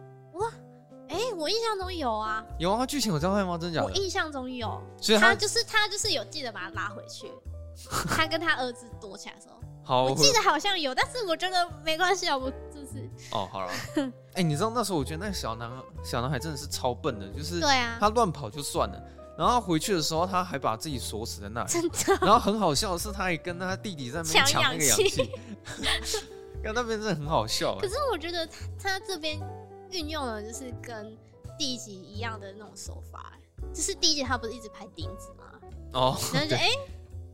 哎、我印象中有啊，
有啊，剧情有交代吗？真的假
我
的？
印象中有，
所以
他
他
就是他就是有记得把他拉回 去，他跟他儿子躲起来的时候，
好
我
我
记得好像有，但是我觉得没关系啊，我就是
哦，好了。 哎、你知道那时候我觉得那个小男小男孩真的是超笨的，就是
对啊，
他乱跑就算了，然后他回去的时候他还把自己锁死在那里。
真的
然后很好笑的是，他还跟他弟弟在那边
抢
抢那
氧
个氧
气
气，看那边真的很好笑
可
欸。
是我觉得他他这边运用了就是跟第一集一样的那种手法、欸，就是第一集他不是一直拍钉子吗？
哦，
然后就
对
哎、诶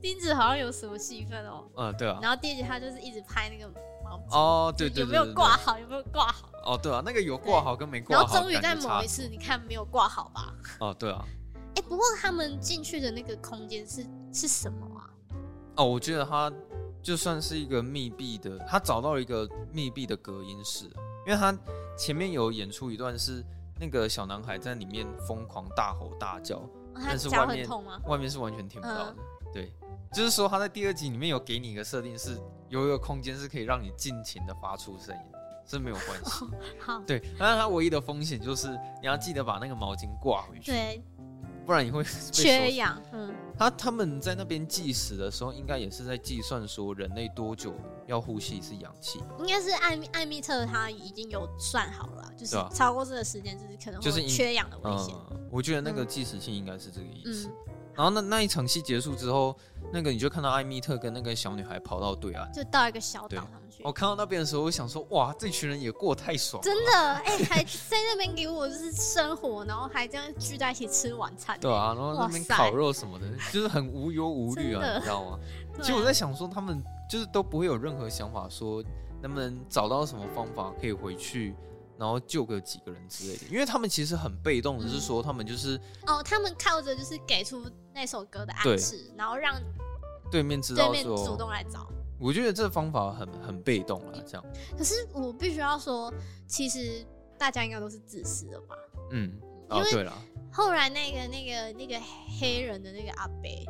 钉子好像有什么戏份哦，
嗯，对啊，
然后第二集他就是一直拍那个毛巾，
哦，对
就
对对，
有没有
对
挂？好，有没有挂好，
对哦，对啊，那个有挂好跟没挂
然
好，
后终于在
感觉
某
差
一次你看没有挂好吧？
哦，对啊，
哎、不过他们进去的那个空间是是什么啊？
哦，我觉得他就算是一个密闭的，他找到了一个密闭的隔音室，因为他前面有演出一段是那个小男孩在里面疯狂大吼大叫，
哦他
但是
脚
外
很
面
痛吗？
外面是完全听不到的。
嗯
对，就是说他在第二集里面有给你一个设定是有一个空间是可以让你尽情的发出声音，是没有关系。
好，
对，但是它唯一的风险就是你要记得把那个毛巾挂回去，
对，
不然你会被手
缺氧，嗯，
他他们在那边计时的时候，应该也是在计算说人类多久要呼吸一次氧气，
应该是艾米艾米特他已经有算好了啊，就是
对啊
超过这个时间，就是可能会
就是
有
因
缺氧的危险。
嗯，我觉得那个计时性应该是这个意思。
嗯
然后那那一场戏结束之后，那个你就看到艾米特跟那个小女孩跑到对岸。
就到一个小
对哦
岛上去
我。看到那边的时候，我想说，哇，这群人也过得太爽了，
真的，哎、还在那边给我就是生活，然后还这样聚在一起吃晚餐、
对啊，然后那边
哇塞
烤肉什么的，就是很无忧无虑
真的
啊，你知道吗？
对啊
其实我在想说，他们就是都不会有任何想法，说能不能找到什么方法可以回去，然后救个几个人之类的。因为他们其实很被动，只是说他们就是
哦，他们靠着就是给出那首歌的暗
对
示，然后让
对面知
对
道
面主
说，
动来找。
我觉得这方法很很被动啊，这样，
可是我必须要说，其实大家应该都是自私的吧。
嗯，哦
因为
对了，
后来那个那个那个黑人的那个阿北，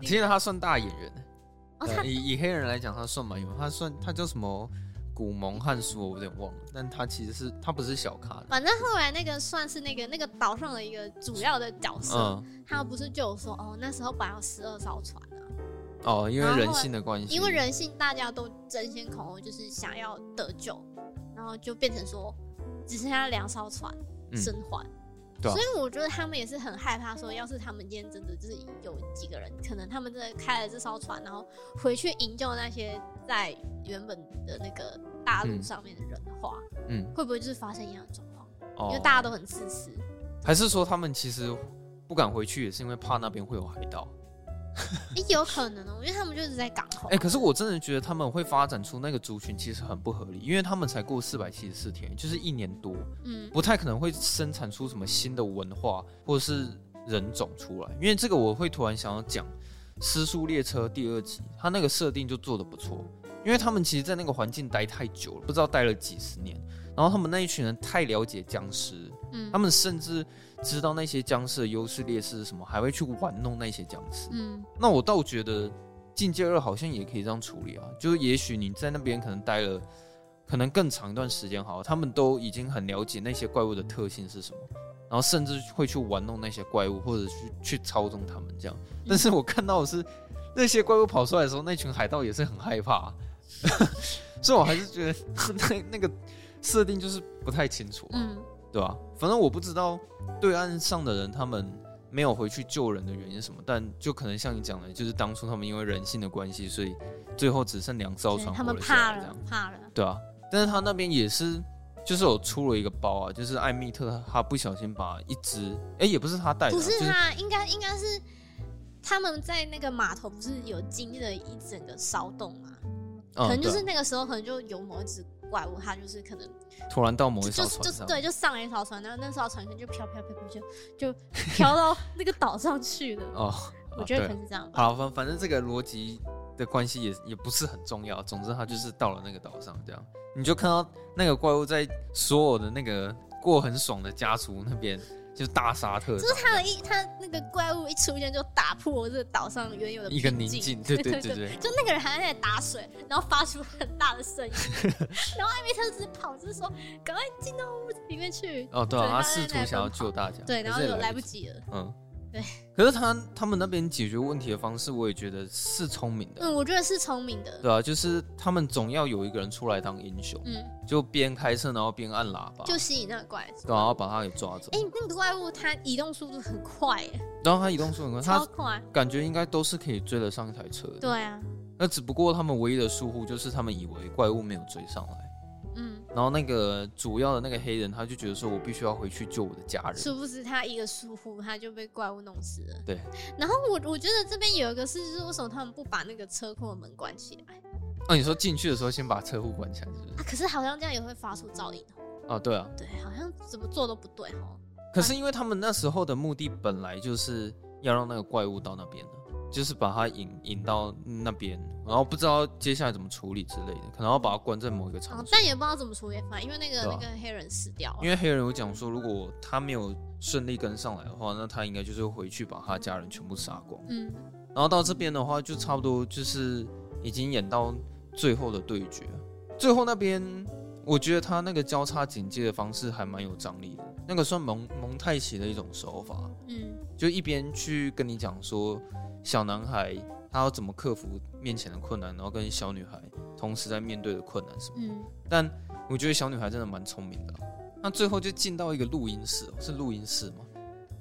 其实他算大演员，
哦
对啊
他
以以黑人来讲，他算蛮有，他算他叫什么古蒙汉书，我有点忘了，但他其实是他不是小咖的，
反正后来那个算是那个那个岛上的一个主要的角色，
嗯，
他不是就有说哦，那时候本来有十二艘船啊，
哦，因
然后
为人
后来
性的关系，
因为人性大家都争先恐后，就是想要得救，然后就变成说只剩下两艘船
嗯
生还。
对啊
所以我觉得他们也是很害怕，说要是他们今天真的就是有几个人，可能他们真的开了这艘船，然后回去营救那些在原本的那个大陆
嗯
上面的人的话，
嗯，
会不会就是发生一样的状况？
哦
因为大家都很自私。
还是说他们其实不敢回去，也是因为怕那边会有海盗？
也有可能哦，因为他们就是在港口。
哎、可是我真的觉得他们会发展出那个族群其实很不合理，因为他们才过四百七十四天，就是一年多，
嗯，
不太可能会生产出什么新的文化或者是人种出来。因为这个我会突然想要讲《失速列车》第二集，它那个设定就做的不错，因为他们其实，在那个环境待太久了，不知道待了几十年，然后他们那一群人太了解僵尸了，
嗯
他们甚至知道那些僵尸的优势劣势是什么，还会去玩弄那些僵尸。
嗯
那我倒觉得境界二好像也可以这样处理啊，就是也许你在那边可能待了。可能更长一段时间好了，他们都已经很了解那些怪物的特性是什么，然后甚至会去玩弄那些怪物，或者去去操纵他们这样。但是我看到的是，那些怪物跑出来的时候，那群海盗也是很害 怕、所以我还是觉得那那个设定就是不太清楚、啊。
嗯，
对吧、反正我不知道对岸上的人他们没有回去救人的原因是什么，但就可能像你讲的，就是当初他们因为人性的关系，所以最后只剩两
嗯
艘
对
船
他
活
们
了下
怕
来，这
了
样，
怕了。
对啊。但是他那边也是，就是有出了一个包啊，就是艾米特他不小心把一只，哎、也不是他带的啊、
不是
就是
他，应该应该是他们在那个码头不是有经历了一整个骚动嘛？
嗯
可能就
对
是
啊
那个时候，可能就有某一只怪物，它就是可能
突然到某一艘
就
船
就是
上，
对，就上了一艘船，然后那艘船可能就飘飘飘飘就就飘到那个岛上去了。
哦，
我觉得
啊对
可能是这样吧。
好，反反正这个逻辑的关系也也不是很重要。总之，他就是到了那个岛上，这样你就看到那个怪物在所有的那个过很爽的家族那边就大杀特
就
杀
是，他的一他那个怪物一出现就打破这个岛上原有的
一个
平
宁静，对对对对。
就那个人还在那里打水，然后发出很大的声音，然后艾米特只跑，就是说赶快进到屋子里面去。
哦，对啊，
对他
他试
在
图
那
想要
奔跑
救大家，
对，然
可
后
是也
有
来
来不
不及
及了。
嗯，
对。
可是他他们那边解决问题的方式，我也觉得是聪明的，
嗯，我觉得是聪明的。
对啊，就是他们总要有一个人出来当英雄，
嗯，
就边开车然后边按喇叭，啊
就吸引那个怪物。
然后把他给抓走。
哎、那个怪物它移动速度很快耶，
然后他移动速度很快，
超
他
快。
感觉应该都是可以追得上一台车的。
对啊，
那只不过他们唯一的疏忽就是他们以为怪物没有追上来，
嗯，
然后那个主要的那个黑人他就觉得说我必须要回去救我的家人。
殊不知他一个疏忽，他就被怪物弄死了。
对。
然后我我觉得这边有一个是，就是为什么他们不把那个车库的门关起来
啊那、你说进去的时候先把车库关起来是不是？
啊？可是好像这样也会发出噪音哦。
啊，对啊。
对，好像怎么做都不对哦。
可是因为他们那时候的目的本来就是要让那个怪物到那边的，就是把它引引到那边，然后不知道接下来怎么处理之类的，可能要把它关在某一个场
哦
所。
但也不知道怎么处理法，因为那个、
对啊
那个黑人死掉
因
了。
为黑人有讲说，如果他没有顺利跟上来的话，那他应该就是回去把他家人全部杀光。
嗯，
然后到这边的话，就差不多就是已经演到最后的对决。最后那边，我觉得他那个交叉警戒的方式还蛮有张力的，那个算蒙蒙太奇的一种手法。
嗯，
就一边去跟你讲说小男孩他要怎么克服面前的困难，然后跟小女孩同时在面对的困难什么。
嗯，
但我觉得小女孩真的蛮聪明的啊、那最后就进到一个录音室哦，是录音室吗？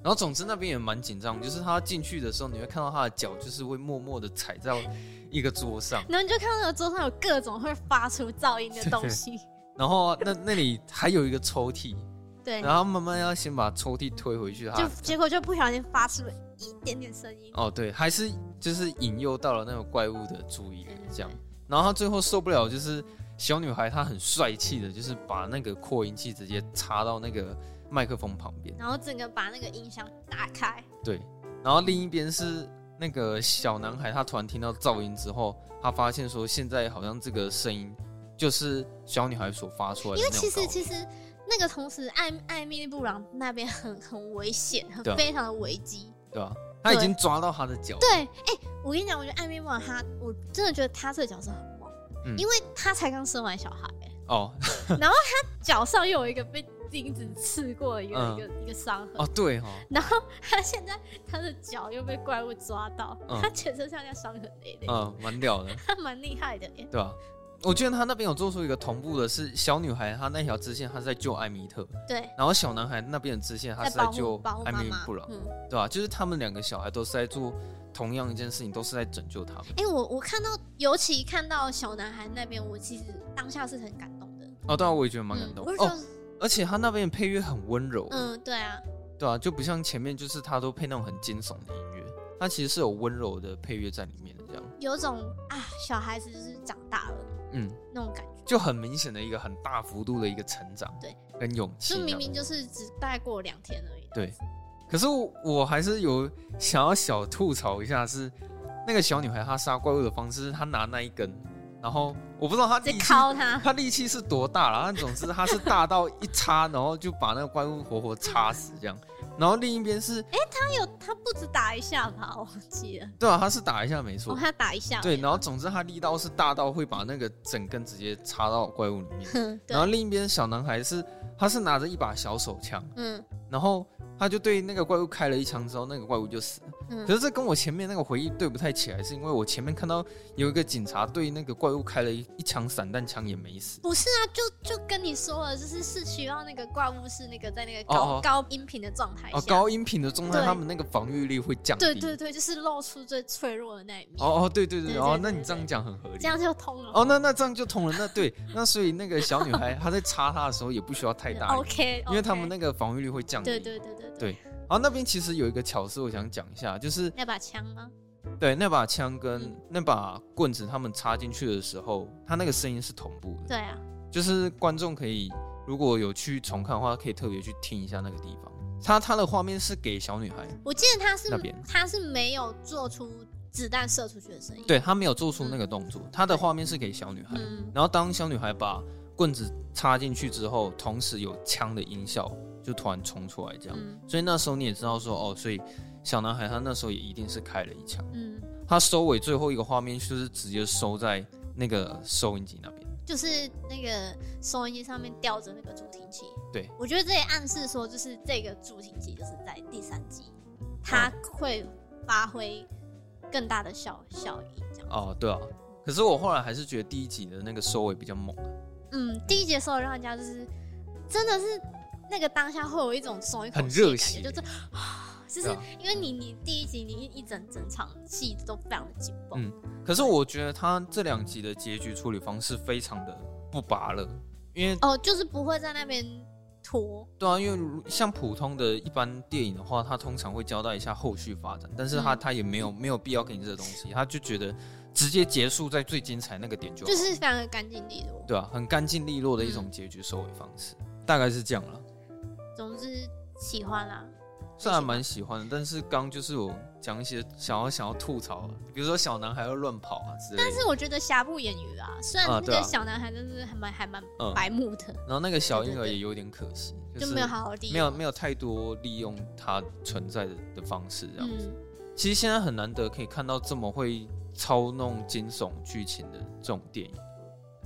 然后总之那边也蛮紧张，就是他进去的时候，你会看到他的脚就是会默默的踩到一个桌上，
然后你就看到那个桌上有各种会发出噪音的东 西。
然后那那里还有一个抽屉，
对，
然后慢慢要先把抽屉推回去，他
就结果就不小心发出了一点点声音。
哦对，还是就是引诱到了那个怪物的注意力
对对对
这样。然后他最后受不了，就是小女孩她很帅气的，就是把那个扩音器直接插到那个麦克风旁边。
然后整个把那个音箱打开，
对，然后另一边是那个小男孩，他突然听到噪音之后，他发现说现在好像这个声音就是小女孩所发出来的
因为
那种
其
噪
实
音。
其实那个同时艾艾米丽布朗那边很很危险，很
对啊
非常的危机。
对吧、他已经抓到他的脚。
对，哎、我跟你讲，我觉得艾米丽布朗她，我真的觉得她这个角色很猛，
嗯
因为她才刚生完小孩、哎
哦
脚上又有一个被钉子刺过的一个、一个一个伤痕。
哦，对哦，
然后她现在她的脚又被怪物抓到，
嗯
她全身上下伤痕累累，
嗯，蛮屌的，
她蛮厉害的耶。
对吧、我觉得他那边有做出一个同步的是，小女孩她那条支线，她是在救艾米特，
对，
然后小男孩那边的支线，他
在
是在
保护
救
保护
艾
妈
米
妈
布朗，。
嗯
对吧、就是他们两个小孩都是在做同样一件事情，都是在拯救他们。
哎、我我看到，尤其看到小男孩那边，我其实当下是很感动的。
哦，对啊，我也觉得蛮感
嗯、
动
我。是
哦，
说，
而且他那边的配乐很温柔，
嗯，对啊，
对啊，就不像前面就是他都配那种很惊悚的音乐，他其实是有温柔的配乐在里面的，这样，
有种啊，小孩子就是长大了
嗯，
那种感觉。
就很明显的一个很大幅度的一个成长，
对，
跟勇气
就
这样。
明明就是只待过两天而已。
对，可是我我还是有想要小吐槽一下是，那个小女孩她杀怪物的方式，她拿那一根，然后我不知道她
直
力
接
气，
敲他，
她力气是多大啦，但总之她是大到一插，然后就把那个怪物活活插死这样。然后另一边是，
他有他不止打一下吧，我忘记了，
对啊，她是打一下没错
哦，，他打一下，
对，然后总之他力道是大到会把那个整根直接插到怪物里面。
哼，
然
对
后，另一边小男孩是，他是拿着一把小手枪，
嗯
然后他就对那个怪物开了一枪之后，那个怪物就死了。
嗯
可，是这跟我前面那个回忆对不太起来，是因为我前面看到有一个警察对那个怪物开了一一枪散弹枪也没死。
不是啊，就就跟你说了，就是是需要那个怪物是那个在那个高
哦哦
高音频的状态下，
哦，高音频的中态，
对
他们那个防御力会降低。
对对对，就是露出最脆弱的那一面，
哦哦，对对
对
对，
对
哦
对，
那你
对
这样讲很合理
这。样就通了。
哦，那那这样就通了。那对，那所以那个小女孩她在插他的时候也不需要太大力，
OK，
因为他们那个防御力会降低。
对对对对
对然后那边其实有一个巧思，我想讲一下，就是
那把枪吗？
对那把枪跟
嗯
那把棍子他们插进去的时候，它那个声音是同步的。
对啊，
就是观众可以如果有去重看的话，可以特别去听一下那个地方，他他的画面是给小女孩，
我记得他
那
是
边
他是没有做出子弹射出去的声音。，
对他没有做出那个动作，他的画面是给小女孩。
嗯，
然后当小女孩把棍子插进去之后，同时有枪的音效就突然冲出来，这样。
嗯
所以那时候你也知道说，哦，所以小男孩他那时候也一定是开了一枪。
嗯，
他收尾最后一个画面就是直接收在那个收音机那边。
就是那个收音机上面吊着那个助听器。
对，
我觉得这也暗示说，就是这个助听器就是在第三集，
嗯
它会发挥更大的效效益，这样。
哦，对啊。可是我后来还是觉得第一集的那个收尾比较猛。
嗯，第一节的时候让人家就是真的是那个当下会有一种松一口
很
气的
热
感觉
血
就是啊，就是
对啊
因为你你第一集你一一整整场戏都非常的紧绷，
嗯可是我觉得他这两集的结局处理方式非常的不拔了，因为
哦，就是不会在那边拖，
对啊，因为如像普通的一般电影的话，它通常会交代一下后续发展，但是他
嗯
他也没有没有必要给你这个东西，他就觉得直接结束在最精彩那个点就好，
就是非常的干净利落。
啊对啊，很干净利落的一种结局收尾方式，大概是这样了。
总之喜欢啦，
虽然蛮喜欢的，但是刚就是我讲一些想要想要吐槽的，比如说小男孩要乱跑啊之类
但
的，
是我觉得瑕不掩瑜啦，虽然
啊
那
对啊
个小男孩真的是还蛮还蛮
嗯，
白目的，
然后那个小婴
对
儿
对对
也有点可惜，
就是没有好好利用，
没有没有太多利用它存在的的方式这样子。
嗯
其实现在很难得可以看到这么会操弄惊悚剧情的这种电影，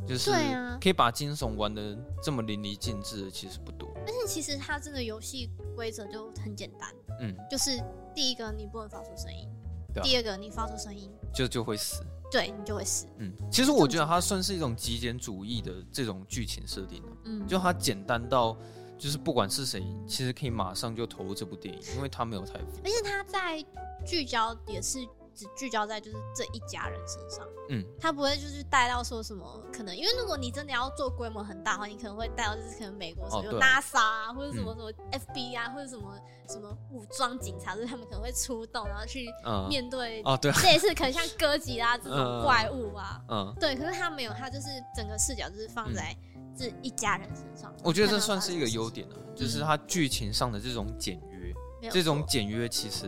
就是
对啊
可以把惊悚玩的这么淋漓尽致的其实不多。
但是其实它真的游戏规则就很简单，
嗯，
就是第一个你不能发出声音，
对啊
第二个你发出声音，
就就会死。
对你就会死。
嗯，其实我觉得它算是一种极简主义的这种剧情设定啊、
嗯，
就它简单到就是不管是谁，其实可以马上就投入这部电影，因为它没有太复。
而且他在聚焦也是只聚焦在就是这一家人身上，
嗯，
他不会就是带到说什么可能，因为如果你真的要做规模很大的话，你可能会带到就是可能美国什么
哦
有
对嗯
NASA 啊，或者什么什么 FB 啊，或者什么什么武装警察，就是他们可能会出动，然后去
嗯，
面对
哦对啊，
类似可能像哥吉拉这
嗯
种怪物啊。
嗯，
对，可是他没有，他就是整个视角就是放在这一家人身上。
我觉得这
看到
算
发
是一
生
个
的事
优
情，
点啊，就是它剧情上的这种简约。
嗯没有
这种
错
简约其实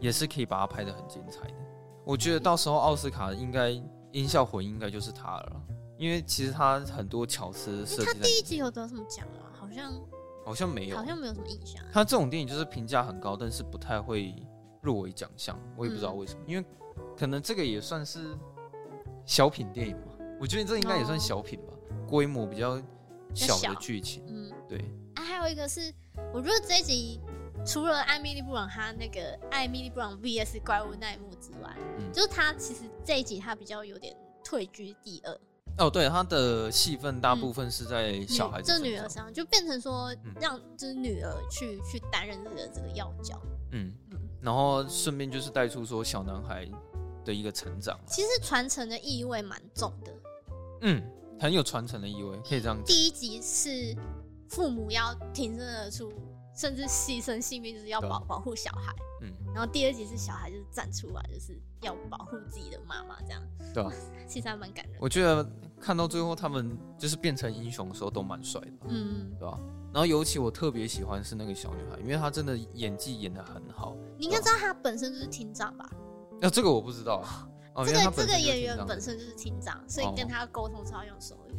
也是可以把它拍得很精彩的。我觉得到时候奥斯卡应该音效混应该就是它了啦，因为其实它很多巧思设计在
第一集有得什么奖啊？好像
好像没有
好，像没有什么印象啊。
它这种电影就是评价很高，但是不太会入围奖项，我也不知道
嗯
为什么，因为可能这个也算是小品电影嘛，我觉得这应该也算小品吧，规模比较小
小
的剧情，
嗯，
对，
啊，还有一个是，我觉得这一集除了艾米丽布朗她那个艾米丽布朗 VS 怪物那一幕之外，
嗯
就是她其实这一集她比较有点退居第二，
哦对，它的戏份大部分是在小孩
嗯女
子
这
身
女儿
上，
身上就变成说
嗯
让就是女儿去去担任这个这个要角。
嗯
嗯，
然后顺便就是带出说小男孩的一个成长，
其实传承的意味蛮重的。
嗯，很有传承的意味，可以这样讲。
第一集是父母要挺身而出，甚至牺牲性命，就是要
对啊
保保护小孩。
嗯，
然后第二集是小孩就是站出来，就是要保护自己的妈妈，这样
对啊，
其实还蛮感人的。
我觉得看到最后他们就是变成英雄的时候都蛮帅的，
嗯，
对吧、然后尤其我特别喜欢是那个小女孩，因为她真的演技演得很好。
你应该知道他本身就是厅长吧？
那、这个我不 知道，哦，
这
原来她
个这
本身
个
就是
演员
这样
本
子
身就是厅长，所以跟他沟通是要用手语。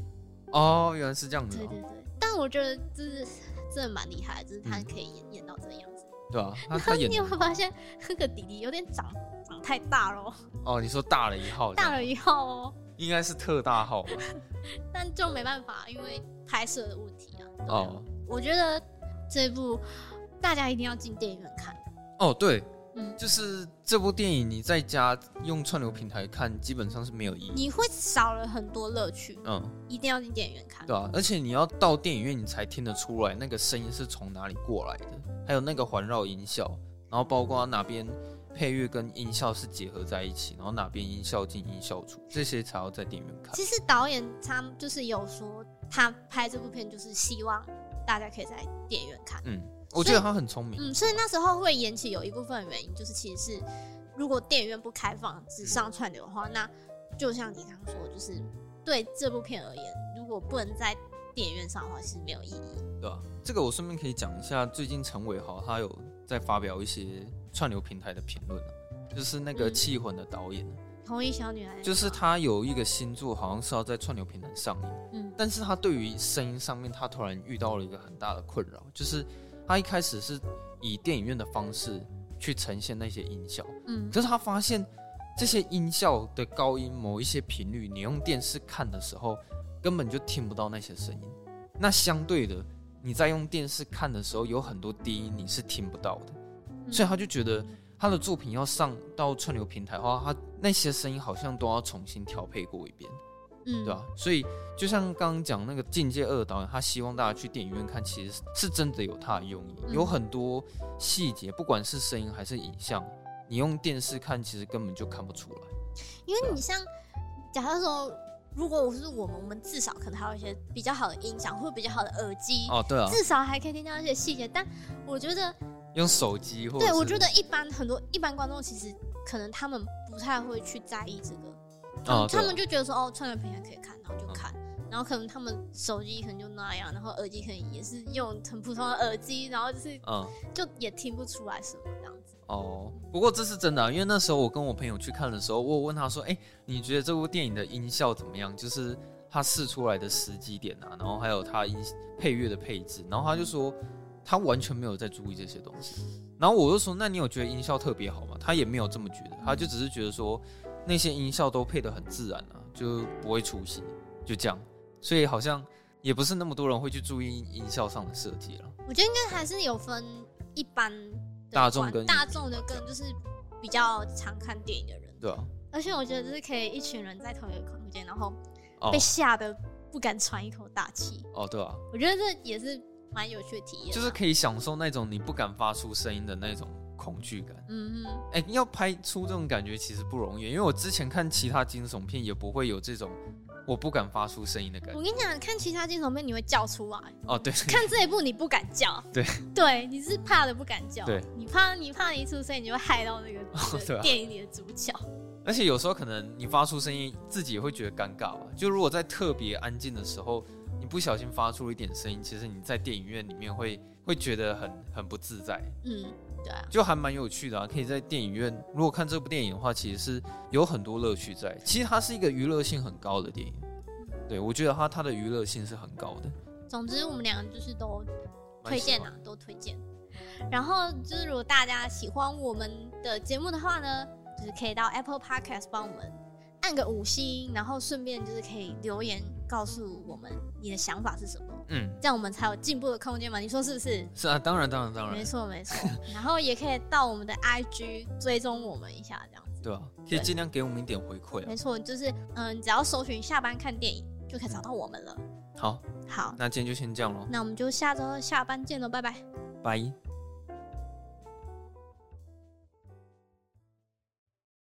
哦，原来是这样子、
对
哦，
对对，但我觉得就是真的蛮厉害的，就是他可以演演到这个样子。
对啊，她
然
她
后
嗯演
你有
得
没有发现那个弟弟有点长长太大了哦，
哦，你说大了一号这样，
大了以后哦，
应该是特大号 吧？
但就没办法，因为拍摄的问题啊。对啊
哦，
我觉得这部大家一定要进电影院看。
哦，对，
嗯
就是这部电影你在家用串流平台看，基本上是没有意义。
你会少了很多乐趣，
嗯，
一定要进电影院看。
对啊，而且你要到电影院，你才听得出来那个声音是从哪里过来的，还有那个环绕音效，然后包括哪边配乐跟音效是结合在一起，然后哪边音效进音效出，这些才要在电影院看。
其实导演他就是有说，他拍这部片就是希望大家可以在电影院看。
嗯，我觉得他很聪明。
嗯，所以那时候会延期有一部分原因就是，其实是如果电影院不开放，只上串流的话，那就像你刚刚说，就是对这部片而言，如果不能在电影院上的话，其实没有意义。
对吧、啊这个我顺便可以讲一下，最近陈伟豪他有在发表一些串流平台的评论啊、就是那个《
嗯
气魂》的导演，啊
红衣小女孩
就是，他有一个新作，好像是要在串流平台上映，
嗯
但是他对于声音上面，他突然遇到了一个很大的困扰，就是他一开始是以电影院的方式去呈现那些音效，
嗯
可是他发现这些音效的高音某一些频率，你用电视看的时候根本就听不到那些声音。那相对的，你在用电视看的时候，有很多低音你是听不到的，
嗯
所以他就觉得他的作品要上到串流平台的话，他那些声音好像都要重新调配过一遍。
嗯
对啊吧、所以就像刚刚讲那个《境界二》的导演，他希望大家去电影院看，其实是真的有他的用意，
嗯
有很多细节，不管是声音还是影像，你用电视看其实根本就看不出来。
因为你
啊
像，假设说，如果我是我们，我们至少可能还有一些比较好的音响或者比较好的耳机，
哦，对啊，
至少还可以听到一些细节。但我觉得，
用手机或者
对我
是
觉得一般很多一般观众其实可能他们不太会去在意这个，
哦，对
他
啊嗯
们就觉得说哦，串流平台可以看，然后就看。然后可能他们手机可能就那样，然后耳机可能也是用很普通的耳机，然后就是
嗯
就也听不出来什么这样子。
哦，不过这是真的啊、因为那时候我跟我朋友去看的时候，我有问他说：“哎、你觉得这部电影的音效怎么样？就是它试出来的时机点啊，然后还有它音配乐的配置。”然后他就说他完全没有在注意这些东西。然后我就说：“那你有觉得音效特别好吗？”他也没有这么觉得，他就只是觉得说那些音效都配得很自然啊，就不会出戏，就这样。所以好像也不是那么多人会去注意音效上的设计了。
我觉得应该还是有分一般的
大众
观
跟
大众的跟就是比较常看电影的人，
对啊，
而且我觉得就是可以一群人在同一个空间，然后
哦
被吓得不敢喘一口大气，
哦，对啊。
我觉得这也是蛮有趣的体验啊。
就是可以享受那种你不敢发出声音的那种恐惧感。
嗯哼，
哎、要拍出这种感觉其实不容易，因为我之前看其他惊悚片也不会有这种我不敢发出声音的感
我
觉。
跟你讲，看其他惊悚片你会叫出来，
哦，对，
看这一部你不敢叫，
对
对，你是怕的不敢叫，
对，
你怕你怕你一出声你就会害到那个、
对啊
电影里的主角，
而且有时候可能你发出声音，自己也会觉得尴尬吧。就如果在特别安静的时候，你不小心发出一点声音，其实你在电影院里面会会觉得很很不自在。
嗯，对啊。
就还蛮有趣的啊，可以在电影院。如果看这部电影的话，其实是有很多乐趣在。其实它是一个娱乐性很高的电影，对我觉得它它的娱乐性是很高的。
总之，我们两个就是都
蛮
推
喜
荐
欢
啊，都推荐。然后就是，如果大家喜欢我们的节目的话呢，就是可以到 Apple Podcast 帮我们按个五星，然后顺便就是可以留言告诉我们你的想法是什么，
嗯，
这样我们才有进步的空间嘛？你说是不是？
是啊，当然当然当
没
然，
错没 错。然后也可以到我们的 IG 追踪我们一下，这样子。
对吧、啊可以尽量给我们一点回馈啊
没。错，就是嗯，只要搜寻下班看电影就可以找到我们了。
好，
好，
那今天就先这样喽，
那我们就下周下班见喽，拜拜。
拜。